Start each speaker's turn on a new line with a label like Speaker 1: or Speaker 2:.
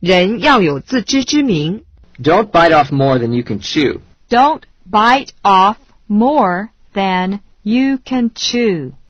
Speaker 1: 人要有自知之明。
Speaker 2: Don't bite off more than you can chew.
Speaker 3: Don't bite off more than you can chew.